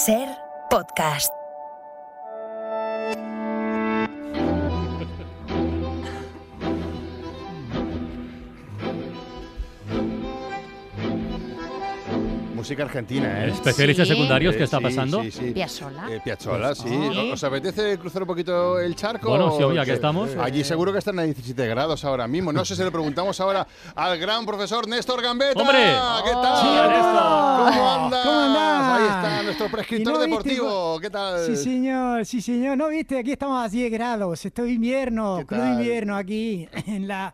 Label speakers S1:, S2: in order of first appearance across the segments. S1: Ser podcast.
S2: Música argentina, ¿eh?
S3: Especialistas
S4: Sí.
S3: secundarios, ¿qué
S2: Eh,
S3: está
S2: sí,
S3: pasando?
S2: Sí, sí.
S4: Piazzolla.
S2: Eh, Piazzolla, sí.
S4: Sí.
S2: ¿Os apetece cruzar un poquito el charco?
S3: Bueno, sí,
S2: o-
S3: ya que estamos.
S2: Allí seguro que están a 17 grados ahora mismo. No sé si le preguntamos ahora al gran profesor Néstor Gambetta.
S3: ¡Hombre!
S2: ¿Qué tal?
S5: ¡Oh! Néstor!
S2: ¿Cómo andas?
S5: ¿Cómo andás?
S2: Ahí está nuestro prescriptor
S5: ¿Y no viste
S2: deportivo. ¿Qué tal?
S5: Sí, señor, sí, señor. No, viste, aquí estamos a 10 grados. Esto es invierno,
S2: ¿Qué
S5: crudo
S2: tal?
S5: invierno aquí en la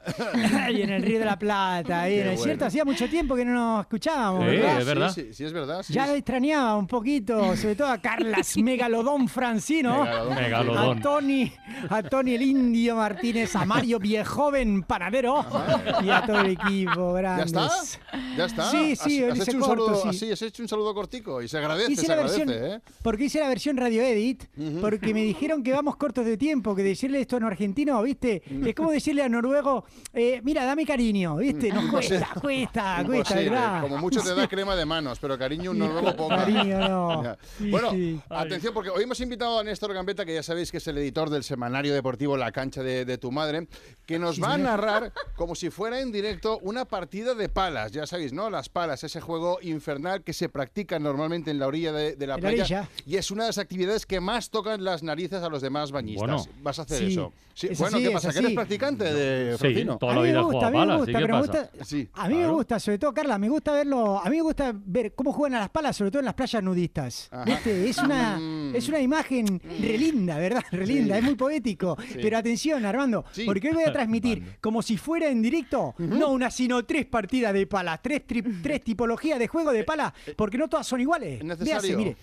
S5: y en el Río de la Plata. Y
S2: Qué
S5: ¿no es cierto,
S2: bueno.
S5: hacía mucho tiempo que no nos escuchábamos,
S3: Sí,
S5: ¿verdad?
S3: es verdad.
S2: Sí, sí, sí, es verdad. sí,
S5: Ya
S2: sí.
S5: la extrañaba un poquito, sobre todo a Carlas Megalodón Francino.
S2: Megalodón.
S3: Megalodón.
S5: A Tony, a Tony el Indio Martínez, a Mario Viejoven Panadero
S3: Ah,
S5: y a todo el equipo,
S2: ¿Ya
S5: grandes.
S2: está? ¿Ya está?
S5: Sí, sí,
S2: has,
S5: hoy
S2: has
S5: hice
S2: hecho un
S5: corto,
S2: saludo,
S5: sí.
S2: así, has hecho un saludo cortico y se agradece,
S5: hice
S2: se
S5: la
S2: agradece,
S5: versión,
S2: ¿eh?
S5: porque hice la versión radio edit,
S2: Ujú.
S5: porque me dijeron que vamos cortos de tiempo, que decirle esto a un argentino, ¿viste? Es como decirle a noruego, eh, mira, dame cariño, ¿viste? Nos cuesta, cuesta, cuesta,
S2: Mm. Imposible.
S5: ¿verdad?
S2: Como mucho te da crema de manos, pero cariño no lo poco.
S5: Cariño, no.
S2: Ya.
S5: Sí,
S2: bueno,
S5: sí.
S2: atención, porque hoy hemos invitado a Néstor Gambetta, que ya sabéis que es el editor del semanario deportivo La Cancha de, de tu Madre,
S5: Ah,
S2: que nos va a narrar, como si fuera en directo, una partida de palas. Ya sabéis, ¿no? Las palas, ese juego infernal que se practica normalmente en la orilla de, de la
S5: En la
S2: playa.
S5: orilla.
S2: Y es una de las actividades que más tocan las narices a los demás bañistas.
S3: Bueno.
S2: Vas a hacer
S5: Sí,
S2: eso. Sí,
S5: es
S2: bueno,
S5: así,
S2: ¿qué
S5: es
S2: pasa? ¿Que
S5: así.
S2: eres practicante de
S3: Sí,
S2: Francino?
S3: toda
S5: A
S3: la
S5: mí me
S3: vida
S5: gusta, a
S3: jugaba
S5: mí me
S3: balas, ¿y
S5: gusta,
S3: qué
S5: pero me
S3: pasa?
S5: gusta,
S2: Sí,
S5: a mí me
S3: claro.
S5: gusta, sobre todo, Carla, me gusta verlo, a mí me gusta ver cómo juegan a las palas, sobre todo en las playas nudistas.
S2: Ajá.
S5: ¿Viste? Es una,
S2: Mm.
S5: es una imagen relinda, ¿verdad? Relinda, es muy poético. Pero atención, Armando,
S2: Sí.
S5: porque hoy voy a transmitir, como si fuera en directo, no una, sino tres partidas de palas, tres, tri- tres tipologías de juego de palas, porque no todas son iguales.
S2: Eh, es necesario.
S5: Véase, mire.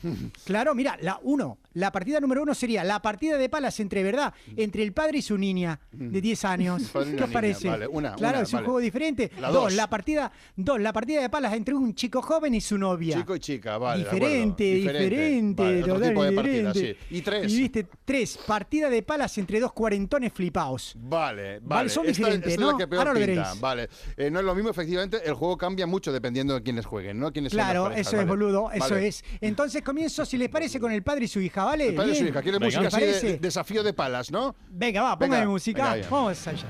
S5: Claro, mira, la uno, la partida número uno sería la partida de palas entre, ¿verdad?
S2: Mm.
S5: Entre el padre y su niña de 10 años.
S2: Padre y una
S5: ¿Qué os
S2: niña,
S5: parece?
S2: vale, una,
S5: claro,
S2: una,
S5: es un
S2: vale.
S5: juego diferente.
S2: La
S5: dos,
S2: dos.
S5: la partida, dos, la partida de palas entre un chico joven y su novia.
S2: Chico y chica, vale. de acuerdo.
S5: diferente, diferente,
S2: Vale, otro
S5: total,
S2: tipo de partida, sí.
S5: diferente.
S2: Y tres.
S5: Y viste, tres, partida de palas entre dos cuarentones flipaos.
S2: Vale, vale.
S5: Vale, son
S2: Esta-
S5: diferentes,
S2: esta es la
S5: ¿no?
S2: que peor
S5: Ahora lo
S2: pinta.
S5: veréis.
S2: Vale. Eh, no es lo mismo, efectivamente. El juego cambia mucho dependiendo de quiénes jueguen, ¿no? Quiénes sean
S5: Claro,
S2: las parejas,
S5: eso es
S2: vale.
S5: boludo, eso
S2: Vale.
S5: es. Entonces comienzo, si les parece, con el padre y su hija, ¿vale?
S2: El padre de su
S5: Bien.
S2: hija. ¿Quieres
S3: Venga.
S2: música
S5: ¿Me
S2: así de-
S5: parece?
S2: de desafío de palas, no?
S5: Venga, va,
S2: Venga,
S5: póngame música.
S2: venga, bien.
S5: Vamos allá.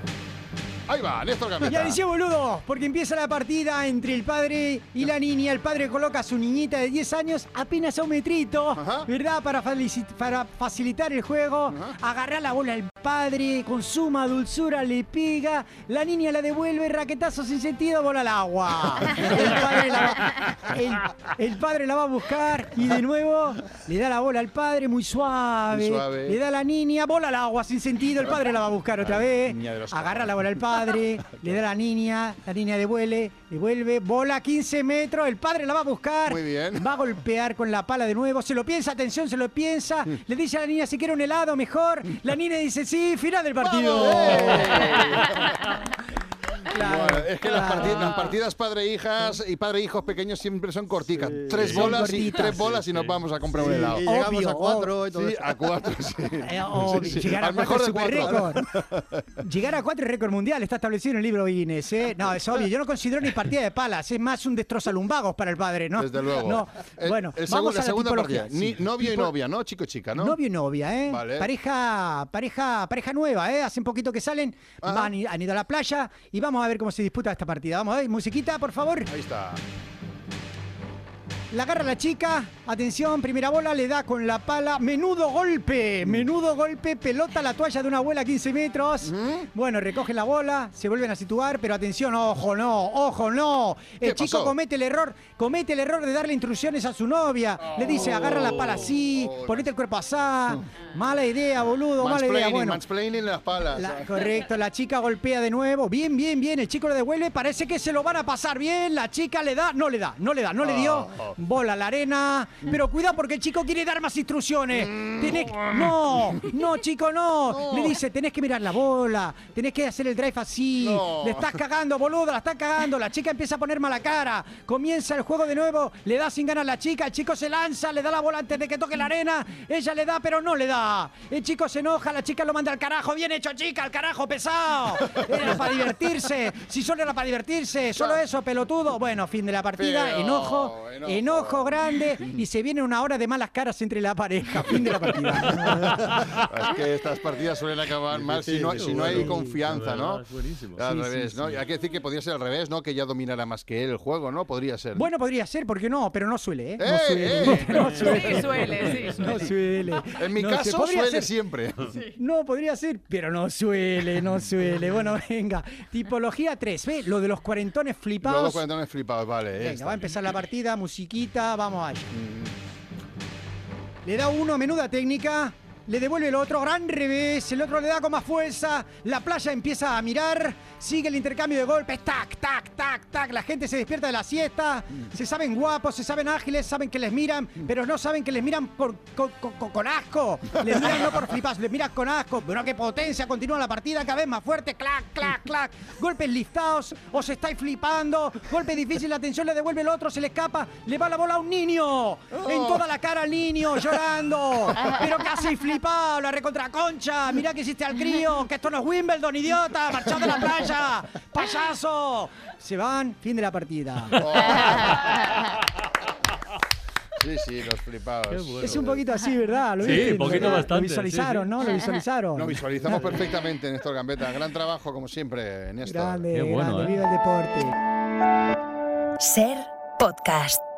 S2: Ahí va, Néstor
S5: Y
S2: Gambetta.
S5: atención, boludo, porque empieza la partida entre el padre y la niña. El padre coloca a su niñita de 10 años apenas a un metrito,
S2: Ajá.
S5: ¿verdad? Para, falici- para facilitar el juego.
S2: Ajá.
S5: Agarra la bola al padre, con suma dulzura le pega. La niña la devuelve, raquetazo sin sentido, bola al agua. El padre la va, el- el padre la va a buscar y de nuevo le da la bola al padre muy suave.
S2: Muy suave.
S5: Le da a la niña, bola al agua sin sentido. El padre la va a buscar otra vez.
S2: niña de los
S5: Agarra la bola al padre, le da a la niña, la niña devuelve, devuelve, bola 15 metros, el padre la va a buscar.
S2: Muy bien.
S5: Va a golpear con la pala de nuevo, se lo piensa, atención, se lo piensa.
S2: Mm.
S5: Le dice a la niña si quiere un helado mejor. La niña dice sí, final del partido. Claro,
S2: Bueno, es que las
S5: claro.
S2: partidas, las partidas padre-hijas y padre-hijos pequeños siempre son corticas. Tres
S5: Son
S2: bolas y
S5: cortitas.
S2: tres bolas y nos vamos a comprar un helado.
S5: Y llegamos Obvio, a cuatro
S2: Sí, a cuatro, sí.
S5: Eh, o
S2: Sí, sí.
S5: llegar a
S2: Al mejor
S5: cuatro es
S2: de
S5: super
S2: cuatro.
S5: récord. Llegar a cuatro es récord mundial, está establecido en el libro Guinness. ¿eh? No, es obvio, yo no considero ni partida de palas, es más un destrozalumbagos para el padre, ¿no?
S2: Desde luego.
S5: No,
S2: El-
S5: Bueno,
S2: el segun-
S5: vamos
S2: la
S5: a la
S2: segunda
S5: tipología.
S2: partida. Ni-
S5: Sí.
S2: novio y
S5: Tipo-
S2: novia, ¿no? Chico y chica, ¿no?
S5: Novio y novia, ¿eh?
S2: Vale.
S5: Pareja, pareja, pareja nueva, ¿eh? Hace un poquito que salen,
S2: Ah.
S5: van y- han ido a la playa y vamos a ver cómo se disputa esta partida. Vamos a ver, musiquita, por favor.
S2: Ahí está.
S5: La agarra la chica, atención, primera bola, le da con la pala, menudo golpe, menudo golpe, pelota la toalla de una abuela a 15 metros. Bueno, recoge la bola, se vuelven a situar, pero atención, ojo no, ojo no.
S2: ¿Qué
S5: El chico
S2: pasó?
S5: comete el error, comete el error de darle instrucciones a su novia. le dice, agarra la pala así,
S2: Oh,
S5: ponete el cuerpo así. Mala idea, boludo, mala idea.
S2: Mansplaining,
S5: Bueno,
S2: mansplaining en las palas.
S5: la- correcto, la chica golpea de nuevo. Bien, bien, bien. El chico lo devuelve. Parece que se lo van a pasar bien. La chica le da. No le da, no le da, no le dio.
S2: Oh.
S5: Bola a la arena. Pero cuidado porque el chico quiere dar más instrucciones. Tenés- No, no, chico, no. Le dice, tenés que mirar la bola. Tenés que hacer el drive así.
S2: No.
S5: Le estás cagando, boludo. La estás cagando. La chica empieza a poner mala cara. Comienza el juego de nuevo. Le da sin ganas la chica. El chico se lanza. Le da la bola antes de que toque la arena. Ella le da, pero no le da. El chico se enoja. La chica lo manda al carajo. Bien hecho, chica. Al carajo, pesado. Era para divertirse. Si solo era para divertirse. Solo eso, pelotudo. Bueno, fin de la partida.
S2: Feo,
S5: enojo.
S2: enojo.
S5: Enojo grande. Y y se viene una hora de malas caras entre la pareja. Fin de la partida.
S2: Es que estas partidas suelen acabar mal si no, si no hay
S3: Bueno,
S2: confianza,
S3: la
S2: ¿no?
S3: verdad, es buenísimo.
S2: Al
S5: Sí, sí,
S2: revés, ¿no? Y Hay que decir que podría ser al revés, ¿no? Que ya dominara más que él el juego, ¿no? Podría ser.
S5: Bueno, podría ser, porque no, pero no suele, ¿eh? No
S2: ¡Eh,
S5: suele.
S2: eh!
S5: No suele.
S4: Sí, suele, sí.
S5: No suele.
S2: en mi
S5: No, se
S2: caso
S5: podría
S2: suele
S5: ser.
S2: siempre.
S5: No, podría ser, pero no suele, no suele. Bueno, venga. Tipología 3, ¿ve? Lo de los cuarentones
S2: Los dos
S5: flipados.
S2: cuarentones flipados, vale.
S5: Venga,
S2: esta.
S5: va a empezar la partida, musiquita, vamos ahí. Le da uno, menuda técnica. Le devuelve el otro, gran revés. El otro le da con más fuerza. La playa empieza a mirar. Sigue el intercambio de golpes. Tac, tac, tac, tac. La gente se despierta de la siesta. Se saben guapos, se saben ágiles, saben que les miran, pero no saben que les miran por- co- co- co- con asco. Les miran no por flipas, les miran con asco. Pero qué potencia. Continúa la partida cada vez más fuerte. Clac, clac, clac. Golpes listados. Os estáis flipando. Golpe difícil. La tensión le devuelve el otro. Se le escapa. Le va la bola a un niño. En toda la cara al niño, llorando. Pero casi flipado. La recontraconcha. Mirá que hiciste al crío. Que esto no es Wimbledon, idiota. Marchad de la playa. Payaso. Se van. Fin de la partida.
S2: Sí, sí, los flipados.
S3: Qué bueno. eh.
S5: Es un poquito así, ¿verdad? Lo
S3: Sí,
S5: viste,
S3: un poquito
S5: ¿verdad?
S3: bastante,
S5: Lo visualizaron,
S3: sí, sí.
S5: ¿no? Lo visualizaron.
S2: Lo visualizamos perfectamente, Néstor Gambetta. Gran trabajo, como siempre, Néstor.
S5: grande,
S3: Qué bueno,
S5: grande,
S3: ¿eh?
S5: viva el deporte.
S1: Ser podcast.